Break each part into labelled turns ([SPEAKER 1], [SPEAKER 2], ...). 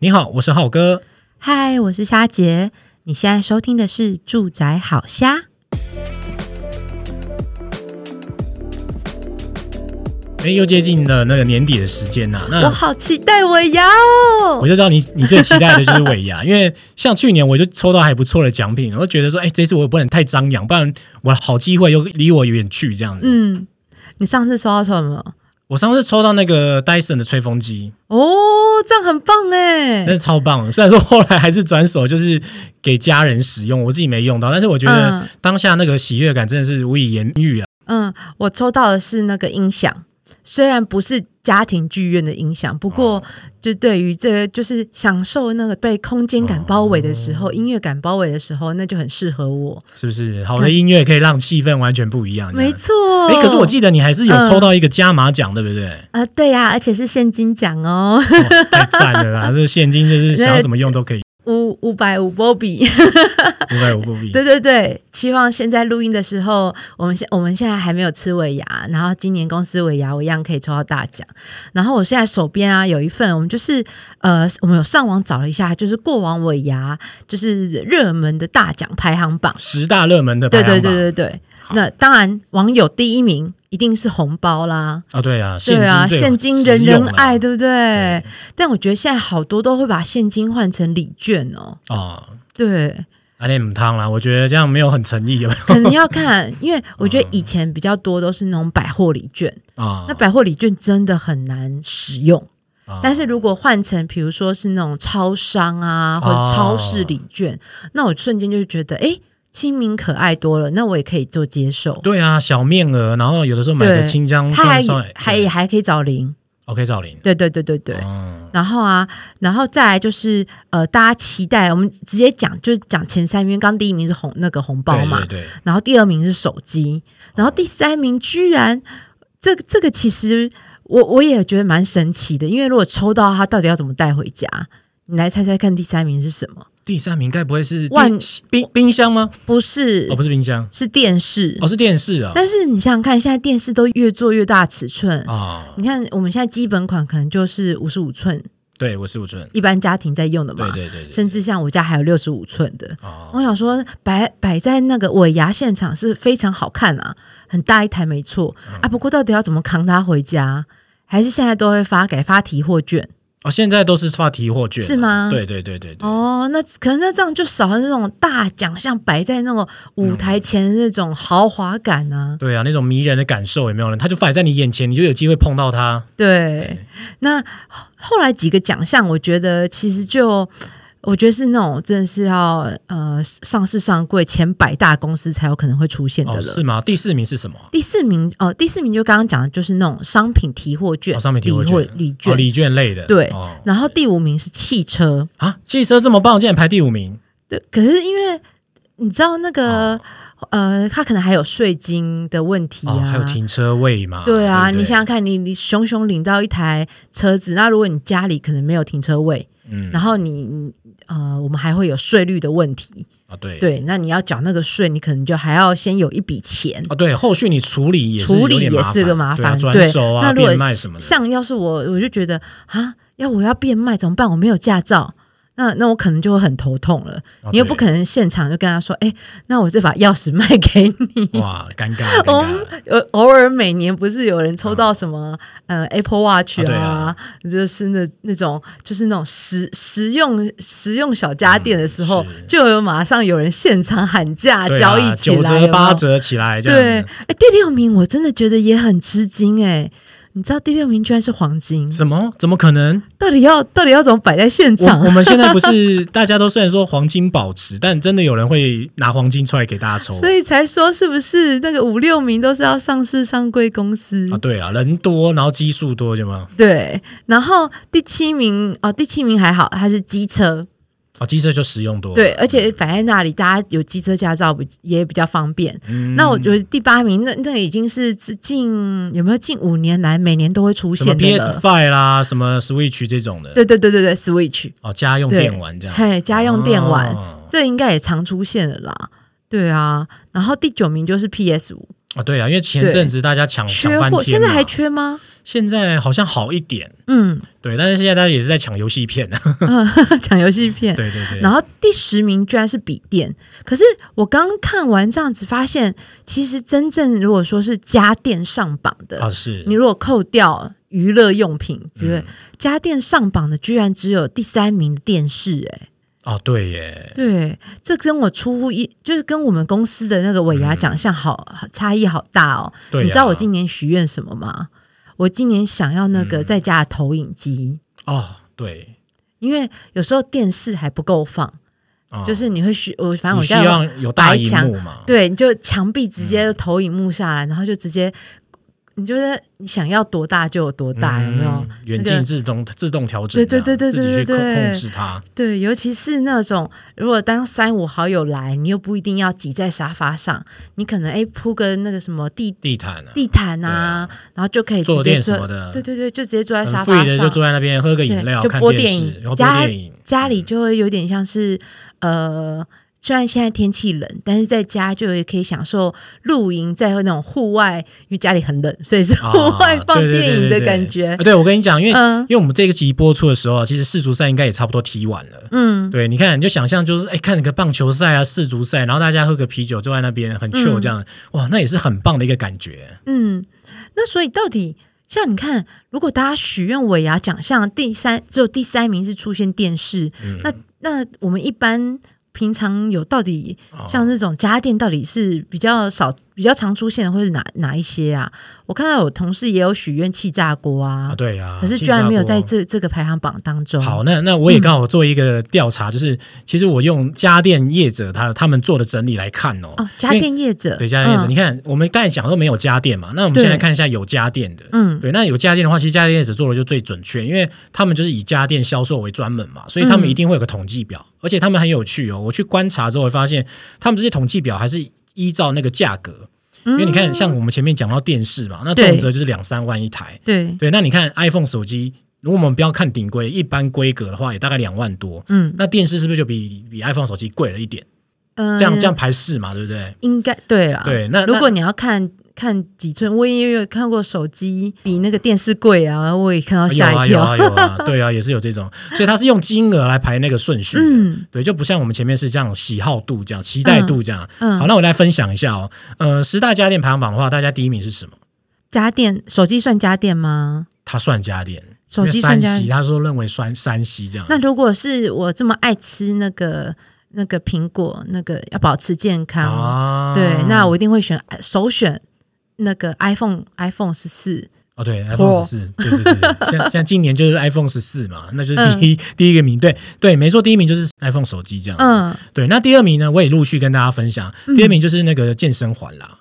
[SPEAKER 1] 你好，我是浩哥。
[SPEAKER 2] 嗨，我是虾杰，你现在收听的是《住宅好虾》。
[SPEAKER 1] 哎，又接近了那个年底的时间呐、
[SPEAKER 2] 我
[SPEAKER 1] 那
[SPEAKER 2] 好期待尾牙
[SPEAKER 1] 我
[SPEAKER 2] 哦！
[SPEAKER 1] 就知道你你最期待的就是尾牙， 因为像去年我就抽到还不错的奖品，我就觉得说，哎，这次我也不能太张扬，不然我好机会又离我远去这样子。
[SPEAKER 2] 嗯，你上次收到什么？
[SPEAKER 1] 我上次抽到那个 Dyson 的吹风机，
[SPEAKER 2] 哦，这样很棒哎
[SPEAKER 1] 那！是超棒的。虽然说后来还是转手就是给家人使用，我自己没用到，但是我觉得
[SPEAKER 2] 嗯
[SPEAKER 1] 当下那个喜悦感真的是无以言喻啊。
[SPEAKER 2] 嗯，我抽到的是那个音响，虽然不是家庭剧院的音响，不
[SPEAKER 1] 哦
[SPEAKER 2] 过就对于这个就是享受那个被空间感包围的时
[SPEAKER 1] 哦
[SPEAKER 2] 候，音乐感包围的时候，那就很适合我。
[SPEAKER 1] 是不是？好的音乐可以让气氛完全不一样。
[SPEAKER 2] 没错，嗯
[SPEAKER 1] 哎、可是我记得你还是有抽到一个加码奖，对不对？
[SPEAKER 2] 啊、对呀、而且是现金奖哦，
[SPEAKER 1] 哦太赞了啦！这现金就是想要怎么用都可以，
[SPEAKER 2] 五五百五波比。
[SPEAKER 1] 无百无不比。
[SPEAKER 2] 对对对，希望现在录音的时候，我们现我们现在还没有吃尾牙，然后今年公司尾牙我一样可以抽到大奖。然后我现在手边啊有一份，我们就是呃，我们有上网找了一下，就是过往尾牙就是热门的大奖排行榜。
[SPEAKER 1] 十大热门的排
[SPEAKER 2] 对
[SPEAKER 1] 行榜
[SPEAKER 2] 对对对对，
[SPEAKER 1] 好
[SPEAKER 2] 那当然网友第一名一定是红包啦，
[SPEAKER 1] 啊，对啊，现
[SPEAKER 2] 对
[SPEAKER 1] 金
[SPEAKER 2] 啊，
[SPEAKER 1] 最
[SPEAKER 2] 现金
[SPEAKER 1] 实
[SPEAKER 2] 人人
[SPEAKER 1] 用啊
[SPEAKER 2] 爱，对不对？
[SPEAKER 1] 对
[SPEAKER 2] 但我觉得现在好多都会把现金换成礼券哦，
[SPEAKER 1] 哦，
[SPEAKER 2] 对。
[SPEAKER 1] 阿那母汤啦，我觉得这样没有很诚意，有没
[SPEAKER 2] 可能要看，因为我觉得以前比较多都是那种百货礼券，
[SPEAKER 1] 有啊？
[SPEAKER 2] 那百货礼券真的很难使用。
[SPEAKER 1] 啊
[SPEAKER 2] 但是如果换成比如说是那种超商啊或者超市礼券，那我瞬间就觉得，哎，亲民可爱多了，那我也可以做接受。
[SPEAKER 1] 对啊，小面额，然后有的时候买个
[SPEAKER 2] 对
[SPEAKER 1] 清江
[SPEAKER 2] 它还
[SPEAKER 1] 算算，
[SPEAKER 2] 还
[SPEAKER 1] 对
[SPEAKER 2] 也还可以找零，
[SPEAKER 1] OK 赵林，
[SPEAKER 2] 对对对对对。
[SPEAKER 1] 嗯，
[SPEAKER 2] 然后啊，然后再来就是呃，大家期待我们直接讲，就是讲前三名，因为刚第一名是红那个红包嘛，
[SPEAKER 1] 对对对，
[SPEAKER 2] 然后第二名是手机，然
[SPEAKER 1] 哦
[SPEAKER 2] 后第三名居然这个这个其实我我也觉得蛮神奇的，因为如果抽到它，到底要怎么带回家？你来猜猜看，第三名是什么？
[SPEAKER 1] 第三名该不会是
[SPEAKER 2] 万
[SPEAKER 1] 冰冰冰箱吗？
[SPEAKER 2] 不是，
[SPEAKER 1] 哦，不是冰箱，
[SPEAKER 2] 是电视。
[SPEAKER 1] 哦，是电视啊，
[SPEAKER 2] 但是你想想看，现在电视都越做越大尺寸。
[SPEAKER 1] 啊，
[SPEAKER 2] 你看，我们现在基本款可能就是五十五寸，
[SPEAKER 1] 对，我是吴尊，
[SPEAKER 2] 一般家庭在用的嘛。
[SPEAKER 1] 对对对对，
[SPEAKER 2] 甚至像我家还有六十五寸的，
[SPEAKER 1] 哦
[SPEAKER 2] 我想说摆摆在那个尾牙现场是非常好看啊，很大一台没错
[SPEAKER 1] 嗯
[SPEAKER 2] 啊。不过到底要怎么扛它回家？还是现在都会发改发提货券
[SPEAKER 1] 哦，现在都是发提货券啊，
[SPEAKER 2] 是吗
[SPEAKER 1] 对对对对对，
[SPEAKER 2] 哦？那可能那这样就少了那种大奖项摆在那种舞
[SPEAKER 1] 嗯
[SPEAKER 2] 台前的那种豪华感啊。
[SPEAKER 1] 对啊，那种迷人的感受有没有呢？它就摆在你眼前，你就有机会碰到它。
[SPEAKER 2] 对，那后来几个奖项，我觉得其实就。我觉得是那种真的是要呃上市上柜前百大公司才有可能会出现的了，
[SPEAKER 1] 哦，是吗？第四名是什么？
[SPEAKER 2] 第四名哦，第四名就刚刚讲的就是那种商品提货券、
[SPEAKER 1] 哦商品提货
[SPEAKER 2] 礼
[SPEAKER 1] 券
[SPEAKER 2] 货礼
[SPEAKER 1] 哦，
[SPEAKER 2] 券。
[SPEAKER 1] 礼券类的。
[SPEAKER 2] 对
[SPEAKER 1] 哦
[SPEAKER 2] 然后第五名是汽车，
[SPEAKER 1] 啊，汽车这么棒，竟然排第五名。
[SPEAKER 2] 对，可是因为你知道那个、呃，它可能还有税金的问题啊，
[SPEAKER 1] 哦哦，还有停车位嘛？
[SPEAKER 2] 对啊，
[SPEAKER 1] 不
[SPEAKER 2] 你想想看，你你熊熊领到一台车子，那如果你家里可能没有停车位，
[SPEAKER 1] 嗯
[SPEAKER 2] 然后你你呃，我们还会有税率的问题，
[SPEAKER 1] 啊，对
[SPEAKER 2] 对，那你要缴那个税，你可能就还要先有一笔钱，
[SPEAKER 1] 啊，对，后续你处理也是
[SPEAKER 2] 处理
[SPEAKER 1] 有点
[SPEAKER 2] 也是个麻
[SPEAKER 1] 麻
[SPEAKER 2] 烦，
[SPEAKER 1] 对啊
[SPEAKER 2] 对
[SPEAKER 1] 转手啊，
[SPEAKER 2] 那如果
[SPEAKER 1] 变卖什么的。
[SPEAKER 2] 像要是我，我就觉得啊，要我要变卖怎么办？我没有驾照，那那我可能就会很头痛了。
[SPEAKER 1] 哦
[SPEAKER 2] 你又不可能现场就跟他说，哎、那我这把钥匙卖 给你。
[SPEAKER 1] 对哇，尴尬，尴 啊
[SPEAKER 2] 我
[SPEAKER 1] 尬
[SPEAKER 2] 们。偶偶尔每年不是有人抽到什么、呃 Apple Watch
[SPEAKER 1] 嗯啊对
[SPEAKER 2] 啊，就是那那种就是那种实实用实用小家电的时候，
[SPEAKER 1] 嗯是
[SPEAKER 2] 就有马上有人现场喊价
[SPEAKER 1] 对啊
[SPEAKER 2] 交易起
[SPEAKER 1] 九
[SPEAKER 2] 来，有没
[SPEAKER 1] 折
[SPEAKER 2] 有
[SPEAKER 1] 八折起来这
[SPEAKER 2] 对，
[SPEAKER 1] 样
[SPEAKER 2] 哎
[SPEAKER 1] 子。、
[SPEAKER 2] 第六名我真的觉得也很吃惊哎、你知道第六名居然是黄金，
[SPEAKER 1] 怎么怎么可能？
[SPEAKER 2] 到底要到底要怎么摆在现
[SPEAKER 1] 我
[SPEAKER 2] 场
[SPEAKER 1] 我？们现在不是 大家都虽然说黄金保值，但真的有人会拿黄金出来给大家抽。
[SPEAKER 2] 所以才说是不是那个五六名都是要上市上柜公司？
[SPEAKER 1] 啊，对啊，人多，然后基数多，对吗？
[SPEAKER 2] 对，然后第七名哦，第七名还好，它是机车，
[SPEAKER 1] 啊，机车就实用多了。
[SPEAKER 2] 对，而且摆在那里，大家有机车驾照比也比较方便。
[SPEAKER 1] 嗯
[SPEAKER 2] 那我觉得第八名，那那个已经是自近有没有近五年来每年都会出
[SPEAKER 1] 什么
[SPEAKER 2] 现的
[SPEAKER 1] PS
[SPEAKER 2] 了。
[SPEAKER 1] Five 啦，什么 Switch 这种的，
[SPEAKER 2] 对对对对对，Switch，
[SPEAKER 1] 哦，家用电玩这样，
[SPEAKER 2] 嘿，家用电玩，
[SPEAKER 1] 哦
[SPEAKER 2] 这应该也常出现了啦。对啊，然后第九名就是 PS 五，
[SPEAKER 1] 啊，对啊，因为前阵子大家抢抢
[SPEAKER 2] 缺
[SPEAKER 1] 翻
[SPEAKER 2] 货，
[SPEAKER 1] 天
[SPEAKER 2] 现
[SPEAKER 1] 嘛，
[SPEAKER 2] 在还缺吗？
[SPEAKER 1] 现在好像好一点，
[SPEAKER 2] 嗯，
[SPEAKER 1] 对，但是现在大家也是在抢游戏片啊，
[SPEAKER 2] 抢游戏片。
[SPEAKER 1] 对对对，
[SPEAKER 2] 然后第十名居然是笔电，可是我刚看完这样子，发现其实真正如果说是家电上榜的，
[SPEAKER 1] 啊嗯是
[SPEAKER 2] 你如果扣掉娱乐用品之外，家电上榜的居然只有第三名的电视、欸，哎，
[SPEAKER 1] 哦对耶，
[SPEAKER 2] 对，这跟我出乎意，就是跟我们公司的那个尾
[SPEAKER 1] 嗯
[SPEAKER 2] 牙奖项好、差异好大哦。
[SPEAKER 1] 对啊
[SPEAKER 2] 你知道我今年许愿什么吗？我今年想要那
[SPEAKER 1] 嗯
[SPEAKER 2] 个在家的投影机，
[SPEAKER 1] 哦对，
[SPEAKER 2] 因为有时候电视还不够放，
[SPEAKER 1] 啊
[SPEAKER 2] 就是你会需我反正
[SPEAKER 1] 你
[SPEAKER 2] 我
[SPEAKER 1] 希
[SPEAKER 2] 家有
[SPEAKER 1] 望有大荧幕嘛，
[SPEAKER 2] 对，你就墙壁直接投影幕下来，然后就直接，你觉得你想要多大就有多大，有没有？
[SPEAKER 1] 嗯嗯远近自动自动调整啊？
[SPEAKER 2] 对对对对对
[SPEAKER 1] 自己去
[SPEAKER 2] 对
[SPEAKER 1] 控
[SPEAKER 2] 对
[SPEAKER 1] 控制它。
[SPEAKER 2] 对，尤其是那种如果当三五好友来，你又不一定要挤在沙发上，你可能哎铺个那个什么地
[SPEAKER 1] 地毯啊，
[SPEAKER 2] 地毯啊，然后就可以直
[SPEAKER 1] 坐
[SPEAKER 2] 接
[SPEAKER 1] 垫
[SPEAKER 2] 坐
[SPEAKER 1] 什么的
[SPEAKER 2] 对对对，就直接坐在沙
[SPEAKER 1] 很
[SPEAKER 2] 发
[SPEAKER 1] free 的就
[SPEAKER 2] 上。
[SPEAKER 1] 坐在那边喝个饮料，
[SPEAKER 2] 对就
[SPEAKER 1] 看
[SPEAKER 2] 播
[SPEAKER 1] 电
[SPEAKER 2] 电
[SPEAKER 1] 视，
[SPEAKER 2] 影
[SPEAKER 1] 然后播
[SPEAKER 2] 家
[SPEAKER 1] 电 影。
[SPEAKER 2] 家里就会有点像是呃，虽然现在天气冷，但是在家就也可以享受露营，在那种户外，因为家里很冷，所以是
[SPEAKER 1] 啊
[SPEAKER 2] 户外放
[SPEAKER 1] 对对对
[SPEAKER 2] 电影
[SPEAKER 1] 对
[SPEAKER 2] 的
[SPEAKER 1] 对
[SPEAKER 2] 感觉。
[SPEAKER 1] 啊对，我跟你讲，因为
[SPEAKER 2] 嗯
[SPEAKER 1] 因为我们这个集播出的时候啊，其实世足赛应该也差不多踢完了。
[SPEAKER 2] 嗯，
[SPEAKER 1] 对，你看，你就想象就是，哎，看个棒球赛啊，世足赛，然后大家喝个啤酒，坐在那边很 chill 这样，哇，那也是很棒的一个感觉。
[SPEAKER 2] 嗯，那所以到底像你看，如果大家许愿尾牙奖项第三只有第三名是出现电视，
[SPEAKER 1] 嗯
[SPEAKER 2] 那那我们一般平常有到底像
[SPEAKER 1] 啊
[SPEAKER 2] 这种家电到底是比较少、比较常出现的，会是哪哪一些啊？我看到有同事也有许愿气炸锅啊，
[SPEAKER 1] 啊，对呀、啊，
[SPEAKER 2] 可是居然没有在嗯
[SPEAKER 1] 新加坡
[SPEAKER 2] 这这个排行榜当中。
[SPEAKER 1] 好，那那我也刚好做一个调查，就是其实我用家电业者他他们做的整理来看哦，
[SPEAKER 2] 哦，家
[SPEAKER 1] 因为
[SPEAKER 2] 电业者，
[SPEAKER 1] 对家电业者，你看我们刚才讲说没有家电嘛，那我们现在
[SPEAKER 2] 对
[SPEAKER 1] 看一下有家电的。
[SPEAKER 2] 嗯，嗯
[SPEAKER 1] 对，那有家电的话，其实家电业者做的就最准确，因为他们就是以家电销售为专门嘛，所以他们
[SPEAKER 2] 嗯
[SPEAKER 1] 一定会有个统计表，而且他们很有趣哦。我去观察之后，发现他们这些统计表还是依照那个价格，因为你看，像我们前面讲到电视嘛，那
[SPEAKER 2] 嗯对
[SPEAKER 1] 动辄就是两三万一台，
[SPEAKER 2] 对，
[SPEAKER 1] 对，那你看 iPhone 手机，如果我们不要看顶规，一般规格的话，也大概两万多。
[SPEAKER 2] 嗯
[SPEAKER 1] 那电视是不是就比比 iPhone 手机贵了一点？
[SPEAKER 2] 嗯、
[SPEAKER 1] 这样这样排四嘛，对不对？
[SPEAKER 2] 应该对啦。
[SPEAKER 1] 对，那
[SPEAKER 2] 如果
[SPEAKER 1] 那
[SPEAKER 2] 你要看看几寸，我也有看过手机比那个电视贵啊，我也看到
[SPEAKER 1] 有
[SPEAKER 2] 吓
[SPEAKER 1] 啊
[SPEAKER 2] 一
[SPEAKER 1] 有
[SPEAKER 2] 跳。
[SPEAKER 1] 啊有啊，对啊，也是有这种，所以它是用金额来排那个顺 序。嗯
[SPEAKER 2] 嗯
[SPEAKER 1] 对，就不像我们前面是这样喜好度这样、期待度这样。
[SPEAKER 2] 嗯
[SPEAKER 1] 好，那我来分享一下哦。呃，十大家电排行榜的话，大家第一名是什么？
[SPEAKER 2] 家电手机算家电吗？
[SPEAKER 1] 它算家电，
[SPEAKER 2] 手机
[SPEAKER 1] 因为山
[SPEAKER 2] 算家
[SPEAKER 1] 西，他说认为山山西这样。
[SPEAKER 2] 那如果是我这么爱吃那个那个苹果，那个要保持健康，
[SPEAKER 1] 啊
[SPEAKER 2] 对，那我一定会选首选那个 iPhone iPhone 十四。
[SPEAKER 1] 哦，对，iPhone 十四，对对对，像像今年就是 iPhone 十四嘛，那就是第一、 第一个名，对对，没错，第一名就是 iPhone 手机这样。嗯，
[SPEAKER 2] 嗯嗯，
[SPEAKER 1] 对，那第二名呢，我也陆续跟大家分享，第二名就是那个健身环啦，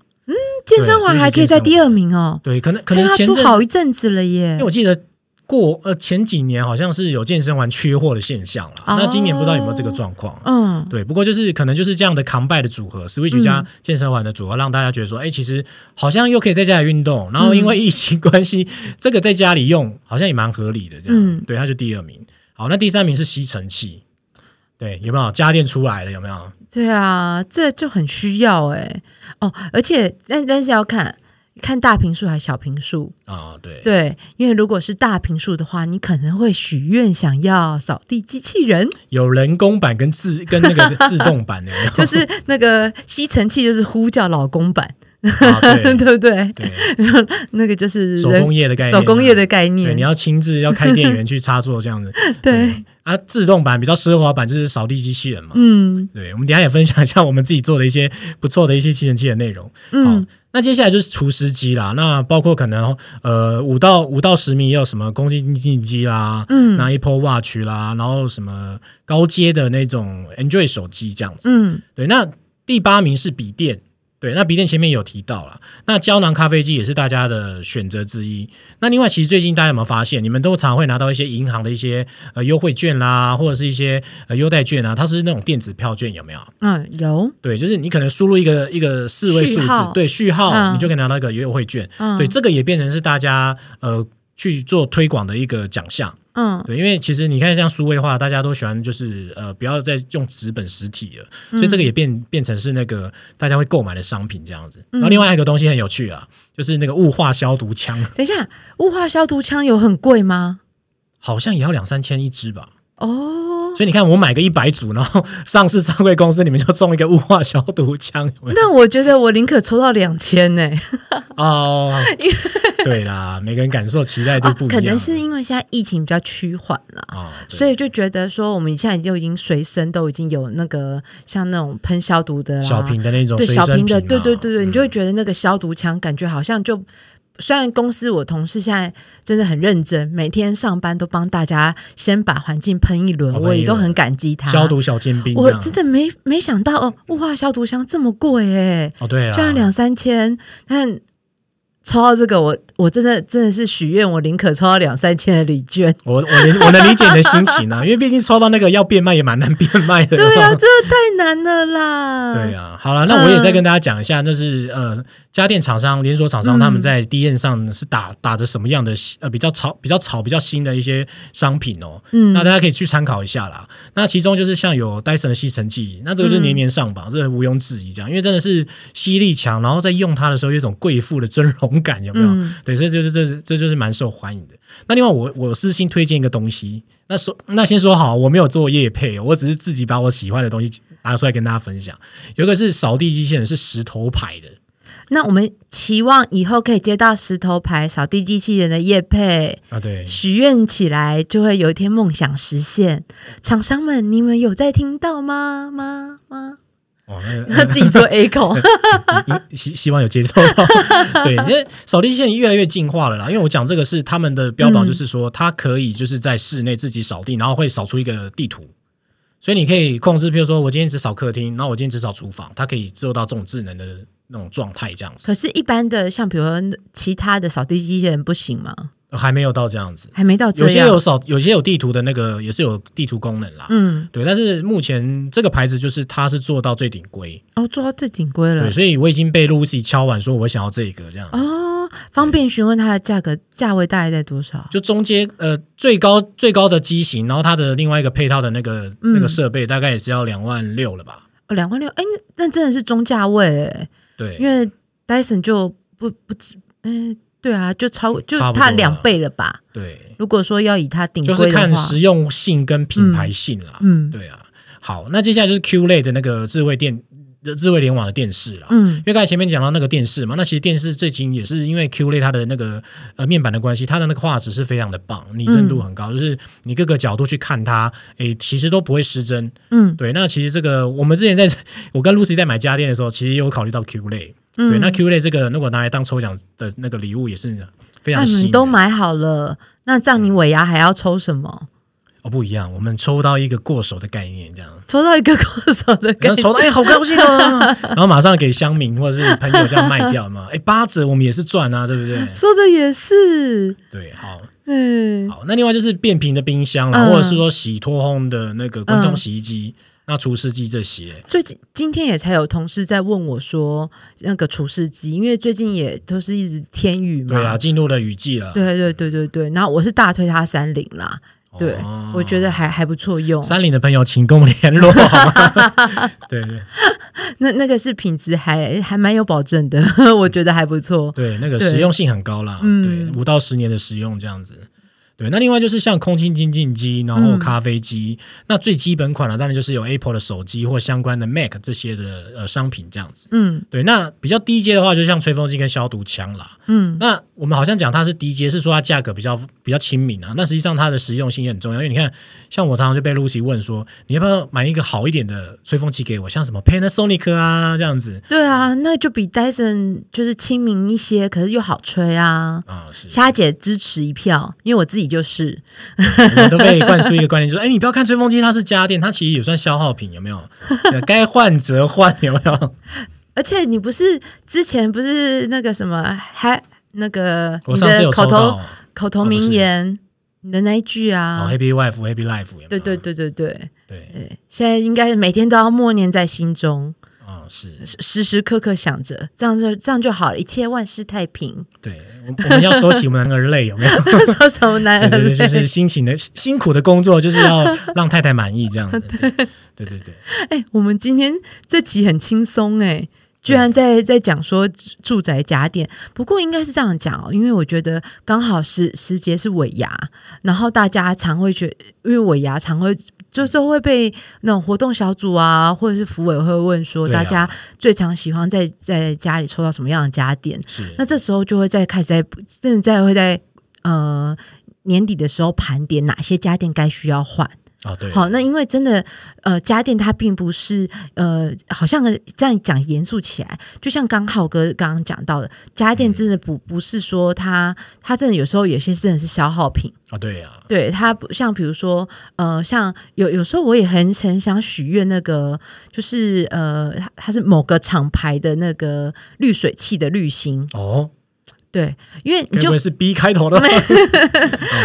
[SPEAKER 2] 健身环还可以在第二名哦，
[SPEAKER 1] 对，可能可
[SPEAKER 2] 因为
[SPEAKER 1] 能
[SPEAKER 2] 它
[SPEAKER 1] 前
[SPEAKER 2] 出
[SPEAKER 1] 阵，
[SPEAKER 2] 好一阵子了耶
[SPEAKER 1] 因为。我记得过呃前几年好像是有健身环缺货的现象啦，
[SPEAKER 2] 哦
[SPEAKER 1] 那今年不知道有没有这个状况。啊
[SPEAKER 2] 嗯，
[SPEAKER 1] 对，不过就是可能就是这样的 combine 的组合，Switch 加健身环的组合，让大家觉得说，哎、其实好像又可以在家里运动，然后
[SPEAKER 2] 嗯
[SPEAKER 1] 因为疫情关系，这个在家里用好像也蛮合理的，这样，
[SPEAKER 2] 嗯
[SPEAKER 1] 对，它就第二名。好，那第三名是吸尘器，对，有没有家电出来了？有没有？
[SPEAKER 2] 对啊，这就很需要哎、哦，而且但但是要看看大平数还是小平数，
[SPEAKER 1] 啊，对，
[SPEAKER 2] 对，因为如果是大平数的话，你可能会许愿想要扫地机器 人，
[SPEAKER 1] 有人工版跟自跟那个自动版的，有没有
[SPEAKER 2] 就是那个吸尘器，就是呼叫老公版，
[SPEAKER 1] 啊，
[SPEAKER 2] 对
[SPEAKER 1] 对
[SPEAKER 2] 不对？
[SPEAKER 1] 对
[SPEAKER 2] 那个就是
[SPEAKER 1] 手
[SPEAKER 2] 人
[SPEAKER 1] 工业的概念啊
[SPEAKER 2] 手工业的概
[SPEAKER 1] 对，你
[SPEAKER 2] 念，
[SPEAKER 1] 要亲自要开电源去插座这样子。
[SPEAKER 2] 对，
[SPEAKER 1] 啊，自动版比较奢华版就是扫地机器人嘛，
[SPEAKER 2] 嗯
[SPEAKER 1] 对，我们等一下也分享一下我们自己做的一些不错的一些吸尘器的内容。好
[SPEAKER 2] 嗯，
[SPEAKER 1] 那接下来就是除湿机啦，那包括可能呃五到五到十米也有什么公斤净机啦，
[SPEAKER 2] 嗯
[SPEAKER 1] 那 Apple Watch 啦，然后什么高阶的那种 Android 手机这样子。
[SPEAKER 2] 嗯
[SPEAKER 1] 对，那第八名是笔电。对，那笔电前面有提到了，那胶囊咖啡机也是大家的选择之一。那另外，其实最近大家有没有发现，你们都常会拿到一些银行的一些呃优惠券啦，或者是一些呃优待券啊，它是那种电子票券，有没有？
[SPEAKER 2] 嗯，有，
[SPEAKER 1] 对，就是你可能输入一个一个四位数字
[SPEAKER 2] 序号，
[SPEAKER 1] 对序号，
[SPEAKER 2] 嗯
[SPEAKER 1] 你就可以拿到一个优惠券。
[SPEAKER 2] 嗯
[SPEAKER 1] 对，这个也变成是大家呃去做推广的一个奖项。
[SPEAKER 2] 嗯，
[SPEAKER 1] 对，因为其实你看，像数位化，大家都喜欢就是呃，不要再用纸本实体了，所以这个
[SPEAKER 2] 嗯
[SPEAKER 1] 也变变成是那个大家会购买的商品这样子。然后
[SPEAKER 2] 嗯
[SPEAKER 1] 另外一个东西很有趣啊，就是那个雾化消毒枪，
[SPEAKER 2] 等一下，雾化消毒枪有很贵吗？
[SPEAKER 1] 好像也要两三千一支吧。
[SPEAKER 2] 哦，
[SPEAKER 1] 所以你看，我买个一百组，然后上市上柜公司，你们就送一个雾化消毒枪，有没有？
[SPEAKER 2] 那我觉得我宁可抽到两千欸呢。
[SPEAKER 1] 哦，对啦，每个人感受期待都
[SPEAKER 2] 啊
[SPEAKER 1] 不一样。
[SPEAKER 2] 可能是因为现在疫情比较趋缓了。
[SPEAKER 1] 啊，对
[SPEAKER 2] 所以就觉得说，我们现在就已经随身都已经有那个像那种喷消毒的啦，
[SPEAKER 1] 小瓶的那种
[SPEAKER 2] 对
[SPEAKER 1] 随
[SPEAKER 2] 小
[SPEAKER 1] 身
[SPEAKER 2] 瓶的，
[SPEAKER 1] 啊
[SPEAKER 2] 对对对对，你
[SPEAKER 1] 嗯
[SPEAKER 2] 就会觉得那个消毒枪感觉好像就，虽然公司我同事现在真的很认真，每天上班都帮大家先把环境喷一轮，
[SPEAKER 1] 哦喷一轮
[SPEAKER 2] 我也都很感激他。
[SPEAKER 1] 消，毒小尖兵这
[SPEAKER 2] 我
[SPEAKER 1] 样
[SPEAKER 2] 真。的没没想到哦，雾化消毒箱这么贵哎、
[SPEAKER 1] 哦，对啊，
[SPEAKER 2] 居然两三千，但。抽到这个，我我真的真的是许愿，我宁可抽到两三千的礼券。
[SPEAKER 1] 我我能我能理解你的心情 啊，因为毕竟抽到那个要变卖也蛮难变卖的。
[SPEAKER 2] 对啊，这个太难了啦。
[SPEAKER 1] 对啊，好了，那我也再跟大家讲一下，就是呃，家电厂商、连锁厂商
[SPEAKER 2] 嗯
[SPEAKER 1] 他们在 D N 上是打打着什么样的呃比较潮、比较潮、比较新的一些商品哦。
[SPEAKER 2] 嗯
[SPEAKER 1] 那大家可以去参考一下啦。那其中就是像有戴森的吸尘器，那这
[SPEAKER 2] 嗯
[SPEAKER 1] 个就是年年上榜，这毋庸置疑，这样，因为真的是吸力强，然后在用它的时候有一种贵妇的尊荣感，有没有？
[SPEAKER 2] 嗯
[SPEAKER 1] 对，所以就是这这就是蛮受欢迎的。那另外我我私心推荐一个东西，那说那先说好，我没有做业配，我只是自己把我喜欢的东西拿出来跟大家分享。有一个是扫地机器人，是石头牌的，
[SPEAKER 2] 那我们期望以后可以接到石头牌扫地机器人的业配，
[SPEAKER 1] 啊，对，
[SPEAKER 2] 许愿起来就会有一天梦想实现。厂商们，你们有在听到吗？吗吗？
[SPEAKER 1] 哦，那个
[SPEAKER 2] 他 自己做 A 口，
[SPEAKER 1] 嗯希希望有接受到。 对，因为扫地机器人越来越进化了啦。因为我讲这个是他们的标榜，就是说它可以就是在室内自己扫地，然后会扫出一个地图。所以你可以控制，譬如说我今天只扫客厅，然后我今天只扫厨房，它可以做到这种智能的那种状态，这样
[SPEAKER 2] 可
[SPEAKER 1] 子
[SPEAKER 2] 是，一般的像比如说其他的扫地机器人不行吗？
[SPEAKER 1] 还没有到这样子。
[SPEAKER 2] 还没到啊这
[SPEAKER 1] 有些
[SPEAKER 2] 样。
[SPEAKER 1] 有扫，有些有地图的那个也是有地图功能啦。
[SPEAKER 2] 嗯，
[SPEAKER 1] 对，但是目前这个牌子就是它是做到最顶规，
[SPEAKER 2] 哦，做到最顶规了
[SPEAKER 1] 对，。所以我已经被 Lucy 敲碗说我想要这个这样。
[SPEAKER 2] 哦，方便询问它的价格价位大概在多少？
[SPEAKER 1] 就中阶呃最高最高的机型，然后它的另外一个配套的那个、
[SPEAKER 2] 嗯
[SPEAKER 1] 那个设备大概也是要两万六了吧？
[SPEAKER 2] 哦，两万六，哎，那那真的是中价位哎。因
[SPEAKER 1] 对，
[SPEAKER 2] 为 Dyson 就不不止，嗯、对啊，就超就
[SPEAKER 1] 差不多
[SPEAKER 2] 它
[SPEAKER 1] 了
[SPEAKER 2] 两倍了吧？
[SPEAKER 1] 对，
[SPEAKER 2] 如果说要以它顶
[SPEAKER 1] 就
[SPEAKER 2] 规
[SPEAKER 1] 是
[SPEAKER 2] 的话，
[SPEAKER 1] 看实用性跟品牌性啦。
[SPEAKER 2] 嗯
[SPEAKER 1] 对啊，好，那接下来就是 Q 类的那个智慧电智慧联网的电视啦。
[SPEAKER 2] 嗯
[SPEAKER 1] 因为刚才前面讲到那个电视嘛，那其实电视最近也是因为 Q 类它的那个呃面板的关系，它的那个画质是非常的棒，拟真度很
[SPEAKER 2] 嗯
[SPEAKER 1] 高，就是你各个角度去看它，诶，其实都不会失真。
[SPEAKER 2] 嗯
[SPEAKER 1] 对，那其实这个我们之前在 我跟 Lucy 在买家电的时候，其实也有考虑到 Q 类。
[SPEAKER 2] 嗯，
[SPEAKER 1] 对，那 Q 类这个如果拿来当抽奖的那个礼物也是非
[SPEAKER 2] 那
[SPEAKER 1] 常吸
[SPEAKER 2] 你
[SPEAKER 1] 引
[SPEAKER 2] 们
[SPEAKER 1] 人。
[SPEAKER 2] 都买好了，那这样你尾牙还要抽什么？
[SPEAKER 1] 哦不一样，我们抽到一个过手的概念这样。
[SPEAKER 2] 抽到一个过手的
[SPEAKER 1] 然后
[SPEAKER 2] 感觉，
[SPEAKER 1] 抽到哎、好高兴 啊！然后马上给乡民或者是朋友这样卖掉嘛。哎、八折我们也是赚啊，对不对？
[SPEAKER 2] 说的也是，
[SPEAKER 1] 对，好，
[SPEAKER 2] 嗯，
[SPEAKER 1] 好，那另外就是变频的冰箱啦，
[SPEAKER 2] 嗯
[SPEAKER 1] 或者是说洗脱烘的那个滚
[SPEAKER 2] 嗯
[SPEAKER 1] 筒洗衣机、那除湿机这些，
[SPEAKER 2] 最近今天也才有同事在问我说，那个除湿机，因为最近也都是一直天雨嘛，
[SPEAKER 1] 对啊，进入了雨季了。
[SPEAKER 2] 嗯对对对对对，然后我是大推它三菱啦，对、
[SPEAKER 1] 哦
[SPEAKER 2] 我觉得还还不错用，
[SPEAKER 1] 山林的朋友，请跟我们联络。好吗 对对
[SPEAKER 2] 那那个是品质还还蛮有保 证的，我觉得还不错。
[SPEAKER 1] 对，那个
[SPEAKER 2] 对
[SPEAKER 1] 实用性很高啦，
[SPEAKER 2] 嗯
[SPEAKER 1] 对，五到十年的使用这样子。对，那另外就是像空气清净机，然后
[SPEAKER 2] 嗯
[SPEAKER 1] 咖啡机，那最基本款了、当然就是有 Apple 的手机或相关的 Mac 这些的呃商品这样子。
[SPEAKER 2] 嗯
[SPEAKER 1] 对，那比较低阶的话，就像吹风机跟消毒枪啦。
[SPEAKER 2] 嗯
[SPEAKER 1] 那我们好像讲它是低阶，是说它价格比较比较亲民啊。那实际上它的实用性也很重要，因为你看，像我常常就被 Lucy 问说，你要不要买一个好一点的吹风机给我，像什么 Panasonic 啊这样子，
[SPEAKER 2] 对啊，那就比 Dyson 就是亲民一些，可是又好吹啊。
[SPEAKER 1] 啊、是。
[SPEAKER 2] 虾姐支持一票，因为我自己就是，
[SPEAKER 1] 我们都被灌输一个观念，就是哎，你不要看吹风机，它是家电，它其实也算消耗品，有没有？ 呃该换则换，有没 有？
[SPEAKER 2] 而且你不是之前不是那个什么还那个
[SPEAKER 1] 我
[SPEAKER 2] 你
[SPEAKER 1] 上次
[SPEAKER 2] 的
[SPEAKER 1] 有
[SPEAKER 2] 口
[SPEAKER 1] 抽
[SPEAKER 2] 头
[SPEAKER 1] 到
[SPEAKER 2] 口头
[SPEAKER 1] 哦不是
[SPEAKER 2] 名言，你的那一句
[SPEAKER 1] 哦
[SPEAKER 2] 啊，
[SPEAKER 1] ，Happy Wife, Happy Life，有没有
[SPEAKER 2] 对对对对对
[SPEAKER 1] 对，
[SPEAKER 2] 对，现在应该是每天都要默念在心中。
[SPEAKER 1] 啊，是
[SPEAKER 2] 时时刻刻想着，这样就这样就好了，一切万事太 平。
[SPEAKER 1] 对，我我们要说起我们男儿泪有没有？
[SPEAKER 2] 说什么男
[SPEAKER 1] 对
[SPEAKER 2] 儿
[SPEAKER 1] 对
[SPEAKER 2] 泪？
[SPEAKER 1] 对，就是辛勤的辛苦的工作，就是要让太太满意这样 子。对对对对，
[SPEAKER 2] 哎、我们今天这集很轻松哎，居然在在讲说住住宅家电。不过应该是这样讲哦，因为我觉得刚好时时节是尾牙，然后大家常会觉，因为尾牙常会。就是会被那种活动小组啊，或者是服委会问说，
[SPEAKER 1] 对啊
[SPEAKER 2] 大家最常喜欢在在家里抽到什么样的家电？
[SPEAKER 1] 是
[SPEAKER 2] 那这时候就会在开始在真的在会在呃年底的时候盘点哪些家电该需要换。
[SPEAKER 1] 哦对。
[SPEAKER 2] 好，那因为真的，呃，家电它并不是，呃，好像这样讲严肃起来，就像刚浩哥刚刚讲到的，家电真的不、不是说它，它真的有时候有些真的是消耗品，
[SPEAKER 1] 哦对呀，
[SPEAKER 2] 对它不像比如说，呃，像有有时候我也很很想许愿那个，就是呃，它它是某个厂牌的那个滤水器的滤芯，
[SPEAKER 1] 哦，
[SPEAKER 2] 对，因为你
[SPEAKER 1] 该
[SPEAKER 2] 就
[SPEAKER 1] 不会是 B 开头的吧？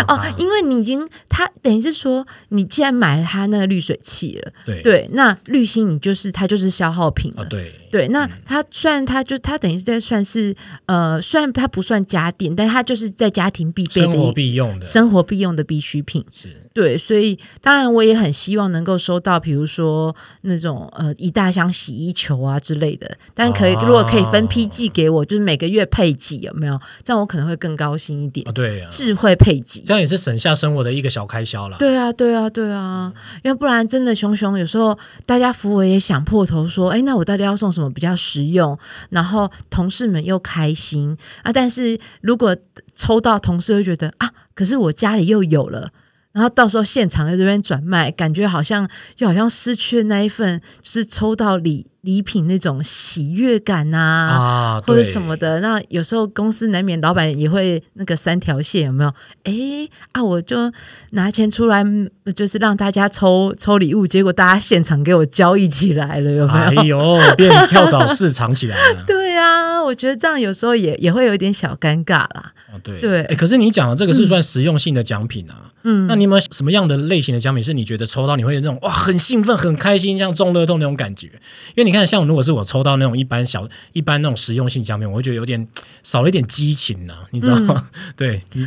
[SPEAKER 2] 哦，因为你已经它等于是说，你既然买了它那个滤水器了。
[SPEAKER 1] 对
[SPEAKER 2] 对，那滤芯你就是它就是消耗品了。
[SPEAKER 1] 哦对
[SPEAKER 2] 对，那它虽然它就它等于是在算是呃，虽然它不算家电，但它就是在家庭必备的
[SPEAKER 1] 生活
[SPEAKER 2] 一
[SPEAKER 1] 必用的，
[SPEAKER 2] 生活必用的必需品。
[SPEAKER 1] 是
[SPEAKER 2] 对，所以当然我也很希望能够收到，比如说那种呃一大箱洗衣球啊之类的。但可以、
[SPEAKER 1] 哦
[SPEAKER 2] 如果可以分批寄给我，就是每个月配给有没有？这样我可能会更高兴一点。
[SPEAKER 1] 哦对呀，
[SPEAKER 2] 智慧配给。
[SPEAKER 1] 这样也是省下生活的一个小开销啦。
[SPEAKER 2] 对啊，对啊，对啊，要不然真的熊熊，有时候大家扶我也想破头说，哎，那我到底要送什么比较实用？然后同事们又开心啊，但是如果抽到同事会觉得啊，可是我家里又有了。然后到时候现场在这边转卖，感觉好像又好像失去了那一份，就是抽到礼礼品那种喜悦感啊，
[SPEAKER 1] 啊，
[SPEAKER 2] 或者
[SPEAKER 1] 对
[SPEAKER 2] 什么的。那有时候公司难免老板也会那个三条线，有没有？诶啊，我就拿钱出来，嗯就是让大家抽抽礼物，结果大家现场给我交易起来了，有 没
[SPEAKER 1] 哎
[SPEAKER 2] 有？。
[SPEAKER 1] 呦，变跳蚤市场起来了
[SPEAKER 2] 对啊，我觉得这样有时候也也会有一点小尴尬啦。
[SPEAKER 1] 哦对
[SPEAKER 2] 对
[SPEAKER 1] 哎可是你讲的这个是算实用性的奖品啊。
[SPEAKER 2] 嗯
[SPEAKER 1] 那你有没有什么样的类型的奖品是你觉得抽到你会有那种哇很兴奋、很开心，像中乐透那种感觉？因为你看，像如果是我抽到那种一般小、一般那种实用性奖品，我会觉得有点 少了一点激情呐、你知道吗？
[SPEAKER 2] 嗯
[SPEAKER 1] 对，你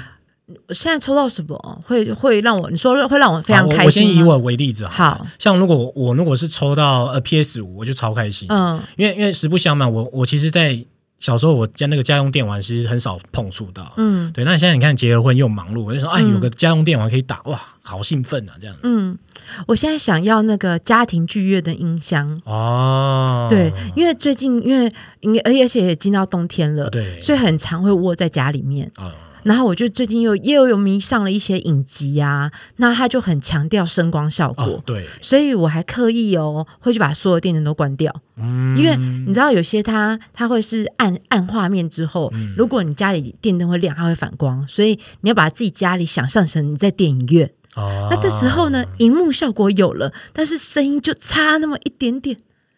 [SPEAKER 2] 我现在抽到什么会会让我你说会让我非常
[SPEAKER 1] 好我
[SPEAKER 2] 开
[SPEAKER 1] 我
[SPEAKER 2] 心
[SPEAKER 1] 先以
[SPEAKER 2] 吗
[SPEAKER 1] 我为例子好了，
[SPEAKER 2] 好
[SPEAKER 1] 像如果我我如果是抽到呃 PS 五，我就超开心，
[SPEAKER 2] 嗯
[SPEAKER 1] 因为因为实不相瞒，我我其实，在小时候我家那个家用电玩其实很少碰触到，
[SPEAKER 2] 嗯
[SPEAKER 1] 对，那现在你看结了婚又忙碌，我就说，哎，
[SPEAKER 2] 嗯
[SPEAKER 1] 有个家用电玩可以打，哇，好兴奋啊，这样。
[SPEAKER 2] 嗯，我现在想要那个家庭剧院的音箱。
[SPEAKER 1] 哦，
[SPEAKER 2] 对，因为最近因为因为而且也进到冬天了，
[SPEAKER 1] 对，
[SPEAKER 2] 所以很常会窝在家里面。
[SPEAKER 1] 啊，
[SPEAKER 2] 然后我就最近又又有迷上了一些影集啊，那他就很强调声光效果。
[SPEAKER 1] 哦，对，
[SPEAKER 2] 所以我还刻意哦，会去把所有电源都关掉，
[SPEAKER 1] 嗯，
[SPEAKER 2] 因为你知道有些它它会是暗暗画面之后，
[SPEAKER 1] 嗯
[SPEAKER 2] 如果你家里电灯会亮，它会反光，所以你要把自己家里想象成你在电影院。
[SPEAKER 1] 哦，
[SPEAKER 2] 那这时候呢，荧幕效果有了，但是声音就差那么一点点。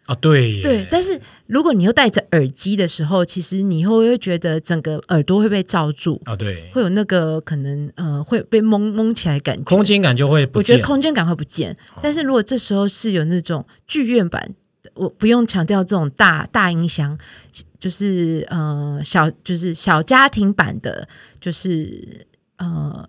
[SPEAKER 1] 啊，对耶，
[SPEAKER 2] 对，但是如果你又戴着耳机的时候，其实你会会觉得整个耳朵会被罩住，
[SPEAKER 1] 啊，对，
[SPEAKER 2] 会有那个可能呃会被蒙蒙起来的感觉。
[SPEAKER 1] 空间感就会不
[SPEAKER 2] 我觉
[SPEAKER 1] 见哦
[SPEAKER 2] 得。空间感会不见。但是如果这时候是有那种剧院版，我不用强调这种大大音箱，就是呃小就是小家庭版的，就是呃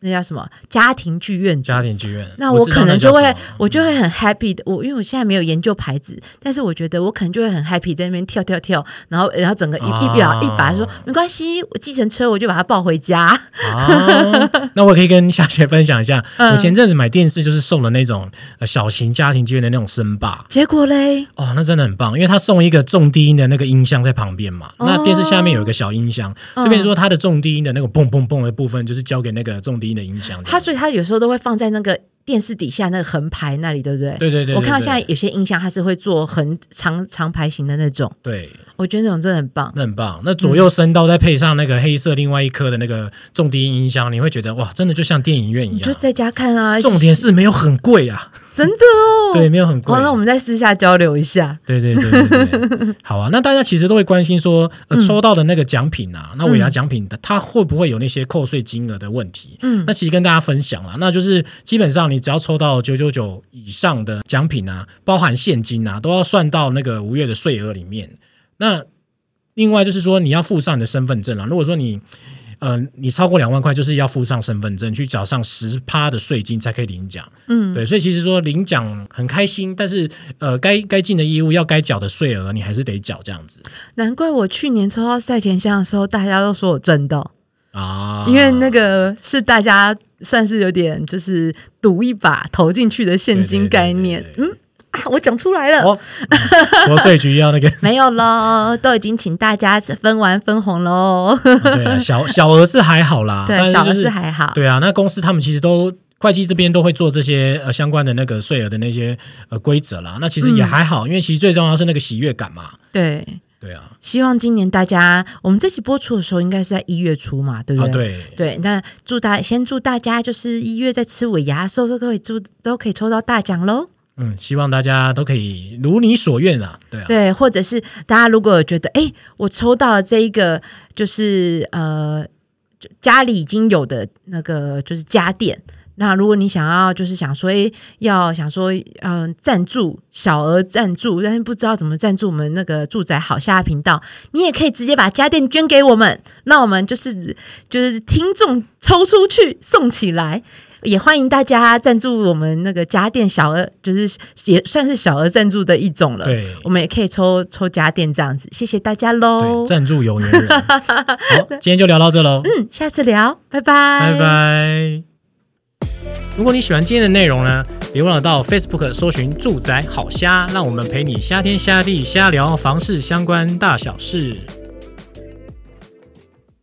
[SPEAKER 2] 那叫什么家庭剧院组
[SPEAKER 1] 家庭剧院，
[SPEAKER 2] 那我
[SPEAKER 1] 知道
[SPEAKER 2] 可能
[SPEAKER 1] 叫
[SPEAKER 2] 就会
[SPEAKER 1] 什么，
[SPEAKER 2] 我就会很 happy 的。我因为我现在没有研究牌子，但是我觉得我可能就会很 happy 在那边跳跳跳，然后然后整个一一
[SPEAKER 1] 啊
[SPEAKER 2] 表一把说没关系，我计程车我就把它抱回家。
[SPEAKER 1] 啊，那我也可以跟夏姐分享一下，
[SPEAKER 2] 嗯
[SPEAKER 1] 我前阵子买电视就是送了那种呃小型家庭剧院的那种声霸，
[SPEAKER 2] 结果嘞，
[SPEAKER 1] 哦，那真的很棒，因为它送一个重低音的那个音箱在旁边嘛，
[SPEAKER 2] 哦
[SPEAKER 1] 那电视下面有一个小音箱，
[SPEAKER 2] 嗯
[SPEAKER 1] 这边说它的重低音的那个蹦蹦蹦的部分就是交给那个重低音的音箱这
[SPEAKER 2] 他
[SPEAKER 1] 样，
[SPEAKER 2] 所以他有时候都会放在那个电视底下那个横排那里，对不对？
[SPEAKER 1] 对对对对
[SPEAKER 2] 我看到现在
[SPEAKER 1] 对
[SPEAKER 2] 有些音箱，它是会做横长长排型的那种，
[SPEAKER 1] 对，
[SPEAKER 2] 我觉得那种真的很棒。
[SPEAKER 1] 那很棒。那左右声道再配上那个黑色另外一颗的那个重低音音箱，你会觉得哇，真的就像电影院一
[SPEAKER 2] 你就
[SPEAKER 1] 样。
[SPEAKER 2] 在家看啊，
[SPEAKER 1] 重点是没有很贵啊，
[SPEAKER 2] 真的哦。
[SPEAKER 1] 对，，没有很贵
[SPEAKER 2] 好，。那我们再私下交流一下。
[SPEAKER 1] 对对对对对，好啊。那大家其实都会关心说，呃，抽到的那个奖品啊，那尾牙奖品的，它会不会有那些扣税金额的问题？
[SPEAKER 2] 嗯
[SPEAKER 1] 那其实跟大家分享啦，那就是基本上你只要抽到九九九以上的奖品啊，包含现金啊，都要算到那个五月的税额里面。那另外就是说，你要附上你的身份证啊啦。如果说你呃，你超过两万块，就是要附上身份证，去缴上十趴的税金才可以领奖。
[SPEAKER 2] 嗯，
[SPEAKER 1] 对，所以其实说领奖很开心，但是呃，该该尽的义务要该缴的税额，你还是得缴这样子
[SPEAKER 2] 难怪我去年抽到赛前箱的时候，大家都说我赚到，
[SPEAKER 1] 啊。
[SPEAKER 2] 因为那个是大家算是有点就是赌一把投进去的现金概念。
[SPEAKER 1] 对对
[SPEAKER 2] 嗯啊，我讲出来了。
[SPEAKER 1] 哦，国税局要 那个
[SPEAKER 2] 没有喽，都已经请大家分完分 红喽。
[SPEAKER 1] 对啊，小小额是还好啦，但
[SPEAKER 2] 对，
[SPEAKER 1] 是
[SPEAKER 2] 小
[SPEAKER 1] 就
[SPEAKER 2] 的
[SPEAKER 1] 是
[SPEAKER 2] 是还好。
[SPEAKER 1] 对啊，那公司他们其实都。会计这边都会做这些呃相关的那个税额的那些呃规则啦，那其实也还好，
[SPEAKER 2] 嗯
[SPEAKER 1] 因为其实最重要是那个喜悦感嘛，
[SPEAKER 2] 对，
[SPEAKER 1] 对啊，
[SPEAKER 2] 希望今年大家，我们这期播出的时候应该是在一月初嘛，对不
[SPEAKER 1] 啊
[SPEAKER 2] 对？
[SPEAKER 1] 对，
[SPEAKER 2] 对，那祝大先祝大家就是一月在吃尾牙的时候都可以祝都可以抽到大奖喽。
[SPEAKER 1] 嗯，希望大家都可以如你所愿啦，对啊，
[SPEAKER 2] 对，或者是大家如果有觉得，哎，我抽到了这一个，就是呃，就家里已经有的那个就是家电。那如果你想要，就是想说，哎，要想说，嗯、赞助小额赞助，但是不知道怎么赞助我们那个住宅好下频道，你也可以直接把家电捐给我们，那我们就是就是听众抽出去送起来，也欢迎大家赞助我们那个家电小额，就是也算是小额赞助的一种了。
[SPEAKER 1] 对
[SPEAKER 2] 我们也可以抽抽家电这样子，谢谢大家
[SPEAKER 1] 对，
[SPEAKER 2] 喽。
[SPEAKER 1] 赞助有缘 人。好，今天就聊到这喽，
[SPEAKER 2] 嗯，下次聊，拜拜，
[SPEAKER 1] 拜。拜。如果你喜欢今天的内容呢，别忘了到 Facebook 搜寻“住宅好虾”，让我们陪你虾天虾地虾聊房事相关大小事。